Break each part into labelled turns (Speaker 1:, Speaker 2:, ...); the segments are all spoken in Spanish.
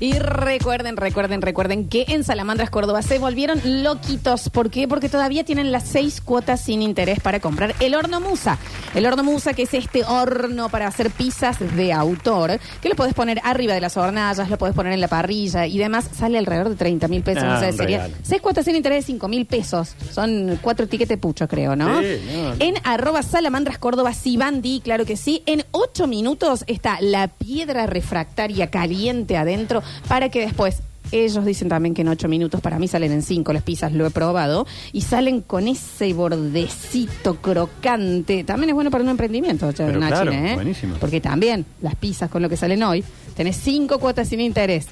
Speaker 1: Y recuerden, recuerden, recuerden que en Salamandras Córdoba se volvieron loquitos. ¿Por qué? Porque todavía tienen las seis cuotas sin interés para comprar el horno Musa. El horno Musa, que es este horno para hacer pizzas de autor, que lo podés poner arriba de las hornallas, lo podés poner en la parrilla y demás, sale alrededor de 30 mil pesos.
Speaker 2: Ah,
Speaker 1: o sea,
Speaker 2: un
Speaker 1: sería
Speaker 2: regalo.
Speaker 1: seis cuotas sin interés de 5 mil pesos. Son cuatro tiquetes pucho, creo, ¿no?
Speaker 2: Sí, no, no.
Speaker 1: En arroba salamandras Córdoba, Sibandi, claro que sí. En ocho minutos está la piedra refractaria caliente adentro para que después. Ellos dicen también que en ocho minutos, para mí salen en cinco las pizzas, lo he probado, y salen con ese bordecito crocante. También es bueno para un emprendimiento, ya,
Speaker 2: Pero
Speaker 1: Nachi,
Speaker 2: claro,
Speaker 1: ¿eh?
Speaker 2: buenísimo.
Speaker 1: Porque también las pizzas con lo que salen hoy, tenés cinco cuotas sin interés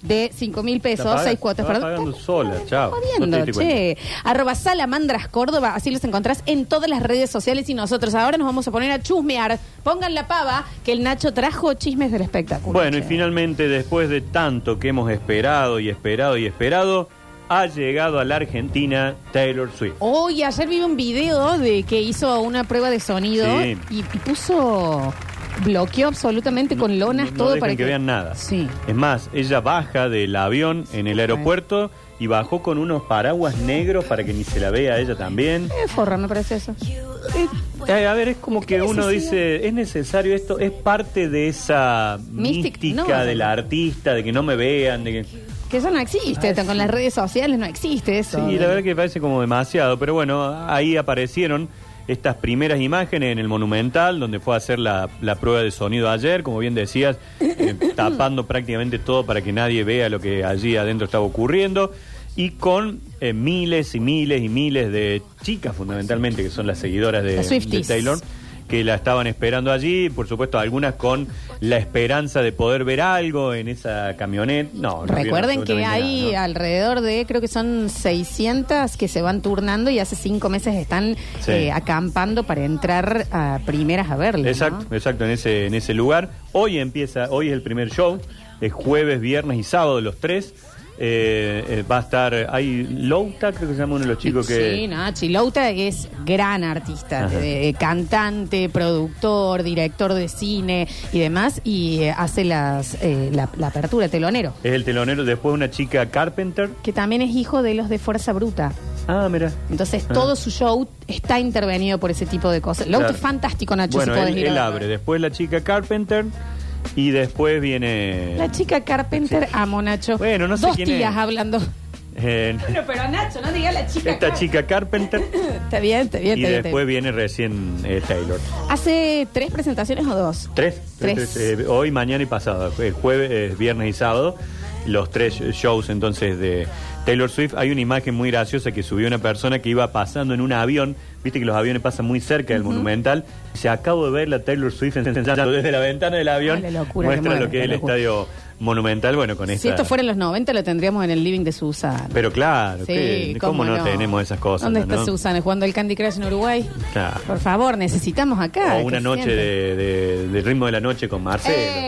Speaker 1: de cinco mil pesos,
Speaker 2: La pagas,
Speaker 1: seis cuotas,
Speaker 2: la vas
Speaker 1: perdón.
Speaker 2: pagando
Speaker 1: Estás
Speaker 2: sola, chao.
Speaker 1: jodiendo,
Speaker 2: No te diste
Speaker 1: che. Arroba salamandras Córdoba, así los encontrás en todas las redes sociales y nosotros ahora nos vamos a poner a chusmear. Pongan la pava que el Nacho trajo chismes del espectáculo.
Speaker 2: Bueno, y
Speaker 1: che.
Speaker 2: finalmente, después de tanto que hemos esperado y esperado y esperado, ha llegado a la Argentina Taylor Swift.
Speaker 1: Hoy, ayer vi un video de que hizo una prueba de sonido
Speaker 2: Sí.
Speaker 1: y, y puso. bloqueó absolutamente con lonas
Speaker 2: no, no
Speaker 1: todo
Speaker 2: dejan
Speaker 1: para
Speaker 2: que... vean nada.
Speaker 1: Sí.
Speaker 2: Es más, ella baja del avión en el aeropuerto y bajó con unos paraguas negros para que ni se la vea a ella también.
Speaker 1: Es forra, me parece eso.
Speaker 2: Eh, a ver, es como que uno dice, es necesario esto, es parte de esa
Speaker 1: Mística,
Speaker 2: mística
Speaker 1: no,
Speaker 2: de la artista, de que no me vean, de que...
Speaker 1: Que eso no existe, con las redes sociales no existe eso.
Speaker 2: Sí, la verdad que parece como demasiado, pero bueno, ahí aparecieron estas primeras imágenes en el Monumental, donde fue a hacer la, la prueba de sonido ayer, como bien decías, eh, tapando prácticamente todo para que nadie vea lo que allí adentro estaba ocurriendo, y con eh, miles y miles y miles de chicas fundamentalmente, que son las seguidoras de,
Speaker 1: Las
Speaker 2: de
Speaker 1: Swifties.
Speaker 2: Taylor que la estaban esperando allí, por supuesto algunas con la esperanza de poder ver algo en esa camioneta. No, no vieron
Speaker 1: Recuerden que
Speaker 2: absolutamente
Speaker 1: hay
Speaker 2: nada, ¿no?
Speaker 1: alrededor de, creo que son 600 que se van turnando y hace cinco meses están
Speaker 2: Sí.
Speaker 1: eh, acampando para entrar a primeras a verlo. ¿no?
Speaker 2: Exacto, exacto, en ese, en ese lugar. Hoy empieza, hoy es el primer show, es jueves, viernes y sábado los tres. Eh, eh, va a estar, hay Louta, creo que se llama uno de los chicos que...
Speaker 1: Sí, Nachi Louta es gran artista,
Speaker 2: Ajá.
Speaker 1: eh, cantante, productor, director de cine y demás, y eh, hace las, eh, la, la apertura, telonero,
Speaker 2: Es el telonero, después una chica Carpenter.
Speaker 1: que también es hijo de los de Fuerza Bruta.
Speaker 2: Ah, mira.
Speaker 1: Entonces
Speaker 2: Ah.
Speaker 1: todo su show está intervenido por ese tipo de cosas. Louta
Speaker 2: Claro.
Speaker 1: es fantástico, Nacho,
Speaker 2: bueno,
Speaker 1: si podés
Speaker 2: él,
Speaker 1: ir a
Speaker 2: él
Speaker 1: verlo.
Speaker 2: abre, después la chica Carpenter y después viene...
Speaker 1: La chica Carpenter amo Nacho.
Speaker 2: Bueno, no sé
Speaker 1: Dos
Speaker 2: quién
Speaker 1: tías
Speaker 2: es.
Speaker 1: hablando.
Speaker 2: eh,
Speaker 1: Bueno, pero Nacho, no diga la chica.
Speaker 2: esta chica Carpenter
Speaker 1: Está bien, está bien, está bien.
Speaker 2: y
Speaker 1: está
Speaker 2: después
Speaker 1: bien.
Speaker 2: viene recién eh, Taylor.
Speaker 1: ¿Hace tres presentaciones o dos?
Speaker 2: Tres.
Speaker 1: Tres.
Speaker 2: Eh, hoy, mañana y pasado. Eh, Jueves, eh, viernes y sábado. Los tres eh, shows entonces de Taylor Swift. Hay una imagen muy graciosa que subió una persona que iba pasando en un avión. Viste que los aviones pasan muy cerca del Monumental. Se acabo de ver la Taylor Swift enseñando desde la ventana del avión.
Speaker 1: Ah, la locura que
Speaker 2: muestra
Speaker 1: mueve,
Speaker 2: lo que
Speaker 1: la
Speaker 2: es el
Speaker 1: locura.
Speaker 2: estadio Monumental. Bueno, con esa.
Speaker 1: Si esto fuera en los 90 lo tendríamos en el living de Susana.
Speaker 2: Pero claro,
Speaker 1: Sí,
Speaker 2: ¿qué? ¿cómo, no, tenemos esas cosas?
Speaker 1: ¿Dónde está
Speaker 2: no?
Speaker 1: Susana? ¿Jugando el Candy Crush en Uruguay?
Speaker 2: Claro.
Speaker 1: Por favor, necesitamos acá.
Speaker 2: O
Speaker 1: que
Speaker 2: una
Speaker 1: se
Speaker 2: noche
Speaker 1: siente.
Speaker 2: de, de- de ritmo de la noche con Marcelo.
Speaker 1: Eh,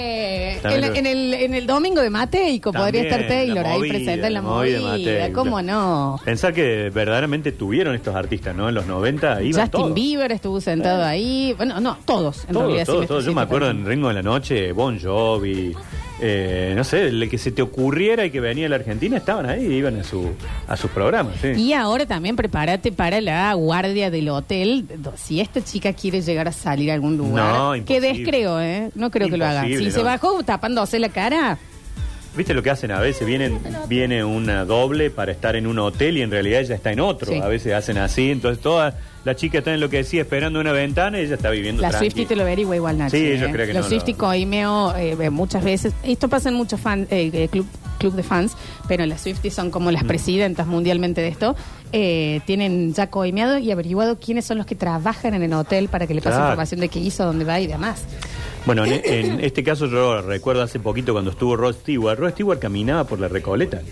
Speaker 1: en,
Speaker 2: También
Speaker 1: la-
Speaker 2: lo-
Speaker 1: en el, en el domingo de Mateico podría
Speaker 2: También,
Speaker 1: estar Taylor
Speaker 2: la
Speaker 1: ahí
Speaker 2: movida,
Speaker 1: presente en la
Speaker 2: movida
Speaker 1: movida.
Speaker 2: Mateo.
Speaker 1: ¿Cómo no?
Speaker 2: Pensar que verdaderamente tuvieron estos artistas, ¿no? En los 90 iban
Speaker 1: Justin
Speaker 2: todos. Eh.
Speaker 1: Bieber estuvo sentado ahí. Bueno, no, todos. En
Speaker 2: Todos,
Speaker 1: realidad, sí
Speaker 2: todos,
Speaker 1: me
Speaker 2: todos. Yo
Speaker 1: especifico
Speaker 2: me acuerdo
Speaker 1: también.
Speaker 2: en Ritmo de la Noche, Bon Jovi, eh, no sé, el que se te ocurriera y que venía a la Argentina, estaban ahí y iban a, su, a sus programas, sí.
Speaker 1: Y ahora también prepárate para la guardia del hotel. Do- Si esta chica quiere llegar a salir a algún lugar,
Speaker 2: No,
Speaker 1: que
Speaker 2: imposible.
Speaker 1: descreo, ¿eh? No creo que lo haga. Si
Speaker 2: Imposible,
Speaker 1: se
Speaker 2: no.
Speaker 1: bajó tapándose la cara,
Speaker 2: ¿Viste lo que hacen a veces? Vienen, viene una doble para estar en un hotel y en realidad ella está en otro.
Speaker 1: Sí.
Speaker 2: A veces hacen así, entonces toda la chica está en lo que decía, esperando una ventana y ella está viviendo
Speaker 1: la
Speaker 2: tranqui.
Speaker 1: Swifty te lo averigua igual, Nacho.
Speaker 2: Sí,
Speaker 1: ¿eh?
Speaker 2: yo creo que
Speaker 1: Los
Speaker 2: no,
Speaker 1: Swifty
Speaker 2: no.
Speaker 1: coimeo eh, muchas veces. Esto pasa en muchos fan, eh, eh, club, club de fans, pero las Swifty son como
Speaker 2: Mm.
Speaker 1: las presidentas mundialmente de esto. Eh, tienen ya coimeado y averiguado quiénes son los que trabajan en el hotel para que le pasen
Speaker 2: Claro.
Speaker 1: información de qué hizo, dónde va y demás.
Speaker 2: Bueno, en, en este caso yo recuerdo hace poquito cuando estuvo Rod Stewart. Rod Stewart caminaba por la Recoleta.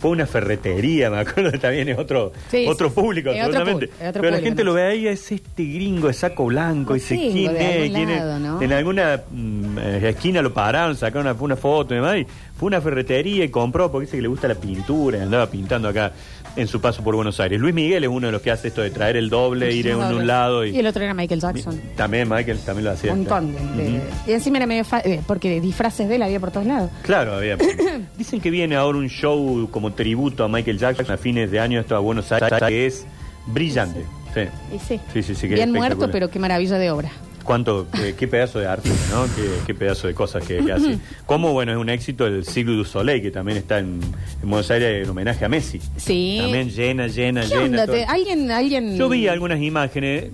Speaker 2: Fue una ferretería, me acuerdo, también es otro,
Speaker 1: Sí,
Speaker 2: otro
Speaker 1: sí,
Speaker 2: público,
Speaker 1: es otro
Speaker 2: absolutamente.
Speaker 1: público, es otro
Speaker 2: Pero la
Speaker 1: público,
Speaker 2: gente
Speaker 1: ¿no?
Speaker 2: lo ve ahí, es este gringo de saco blanco,
Speaker 1: Un
Speaker 2: dice
Speaker 1: gringo
Speaker 2: quién
Speaker 1: de
Speaker 2: es,
Speaker 1: algún
Speaker 2: quién es.
Speaker 1: lado, ¿no?
Speaker 2: En alguna mm, eh, esquina lo pararon, sacaron una, una foto y demás, y Fue a una ferretería y compró, porque dice que le gusta la pintura, y andaba pintando acá en su paso por Buenos Aires. Luis Miguel es uno de los que hace esto de traer el doble, ir en un lado
Speaker 1: Y
Speaker 2: y...
Speaker 1: el otro era Michael Jackson.
Speaker 2: También Michael también lo hacía.
Speaker 1: Un
Speaker 2: claro.
Speaker 1: montón. de- de-
Speaker 2: Ujú.
Speaker 1: Y encima era medio. fa- eh, porque de disfraces de él había por todos lados.
Speaker 2: Claro, había. Dicen que viene ahora un show como tributo a Michael Jackson a fines de año esto a Buenos Aires, que es brillante. Sí.
Speaker 1: Y sí.
Speaker 2: Sí, sí, sí, que
Speaker 1: Bien
Speaker 2: es
Speaker 1: muerto,
Speaker 2: espectacular.
Speaker 1: pero qué maravilla de obra.
Speaker 2: Cuánto, eh, qué pedazo de arte, ¿no? Qué, qué pedazo de cosas que, que hace. Como, bueno, es un éxito el Cirque du Soleil, que también está en, en Buenos Aires en homenaje a Messi.
Speaker 1: Sí.
Speaker 2: También llena, llena,
Speaker 1: ¿Qué
Speaker 2: llena.
Speaker 1: onda?
Speaker 2: todo.
Speaker 1: Te- ¿Alguien, alguien...
Speaker 2: Yo vi algunas imágenes.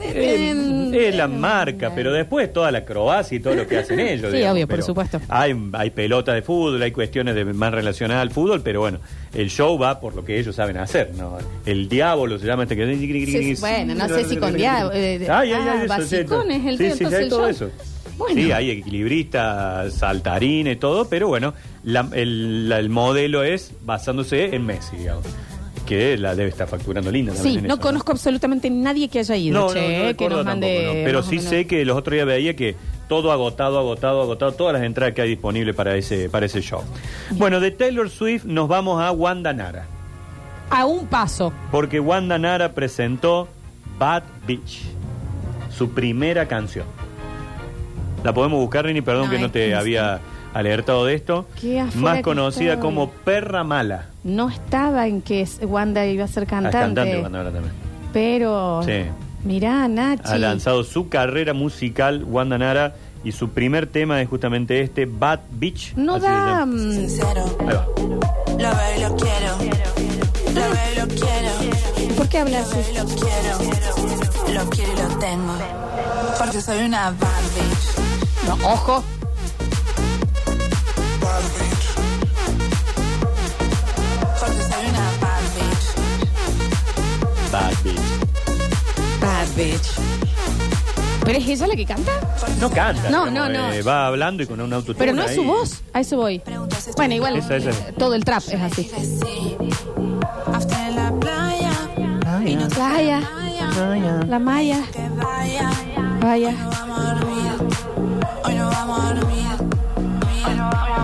Speaker 1: Eh,
Speaker 2: eh, Es la
Speaker 1: eh,
Speaker 2: marca, pero después toda la acrobacia y todo lo que hacen ellos.
Speaker 1: Sí, obvio, por
Speaker 2: pero
Speaker 1: supuesto.
Speaker 2: Hay, hay pelota de fútbol, hay cuestiones de- más relacionadas al fútbol, pero bueno, el show va por lo que ellos saben hacer, ¿no? El diablo se llama este que...
Speaker 1: Sí, bueno, no sé si con diablo, eh,
Speaker 2: Ay, ay,
Speaker 1: ah,
Speaker 2: ay, eso, sí,
Speaker 1: basicón es el
Speaker 2: sí,
Speaker 1: de-
Speaker 2: sí, sí,
Speaker 1: entonces
Speaker 2: hay
Speaker 1: el
Speaker 2: todo
Speaker 1: show.
Speaker 2: eso.
Speaker 1: Bueno.
Speaker 2: Sí, hay equilibristas, saltarines, todo, pero bueno, la- el, la- el modelo es basándose en Messi, digamos. Que la debe estar facturando linda.
Speaker 1: Sí,
Speaker 2: también en
Speaker 1: no
Speaker 2: eso,
Speaker 1: conozco absolutamente nadie que haya ido, che, que
Speaker 2: recuerdo
Speaker 1: nos mande...
Speaker 2: tampoco, no. Pero
Speaker 1: más o
Speaker 2: sí
Speaker 1: menos.
Speaker 2: sé que los otros días veía que todo agotado, agotado, agotado, todas las entradas que hay disponibles para ese, para ese show. Bueno, de Taylor Swift nos vamos a Wanda Nara,
Speaker 1: A un paso.
Speaker 2: porque Wanda Nara presentó Bad Beach, su primera canción. La podemos buscar, Rini, perdón
Speaker 1: No,
Speaker 2: que no
Speaker 1: es
Speaker 2: te
Speaker 1: que-
Speaker 2: había alertado de esto.
Speaker 1: Qué afuera
Speaker 2: Más
Speaker 1: que
Speaker 2: conocida
Speaker 1: estoy.
Speaker 2: como Perra Mala.
Speaker 1: No estaba en que es- Wanda iba a ser
Speaker 2: Ah, es
Speaker 1: cantante.
Speaker 2: cantante Wanda Nara también.
Speaker 1: Pero...
Speaker 2: Sí.
Speaker 1: Mirá, Nachi.
Speaker 2: ha lanzado su carrera musical Wanda Nara y su primer tema es justamente este Bad Beach.
Speaker 1: No
Speaker 2: Así se
Speaker 1: da...
Speaker 2: llama.
Speaker 1: mm,
Speaker 3: sincero.
Speaker 2: Ahí va.
Speaker 3: Lo veo y lo quiero. Lo veo y lo quiero.
Speaker 1: mm, ¿Por qué
Speaker 3: Lo
Speaker 1: hablas
Speaker 3: veo
Speaker 1: así?
Speaker 3: y lo quiero. Lo quiero y lo tengo. Porque soy una bad bitch.
Speaker 1: No, ojo.
Speaker 3: Bad bitch. Porque soy una bad
Speaker 2: Bad
Speaker 3: bitch.
Speaker 2: Beach.
Speaker 3: Bad bitch.
Speaker 1: ¿Pero es ella la que canta?
Speaker 2: No canta.
Speaker 1: No,
Speaker 2: digamos,
Speaker 1: no, no.
Speaker 2: eh, va hablando y con un autotune.
Speaker 1: Pero no es su
Speaker 2: ahí.
Speaker 1: voz. A eso voy. Bueno, igual
Speaker 2: Esa, esa.
Speaker 1: todo el trap es así.
Speaker 3: After en la playa. Y no te
Speaker 1: Playa.
Speaker 3: vaya.
Speaker 1: La Maya.
Speaker 3: Que vaya.
Speaker 1: Vaya.
Speaker 3: Hoy no vamos a dormir. Hoy no vamos a dormir. Hoy no vamos a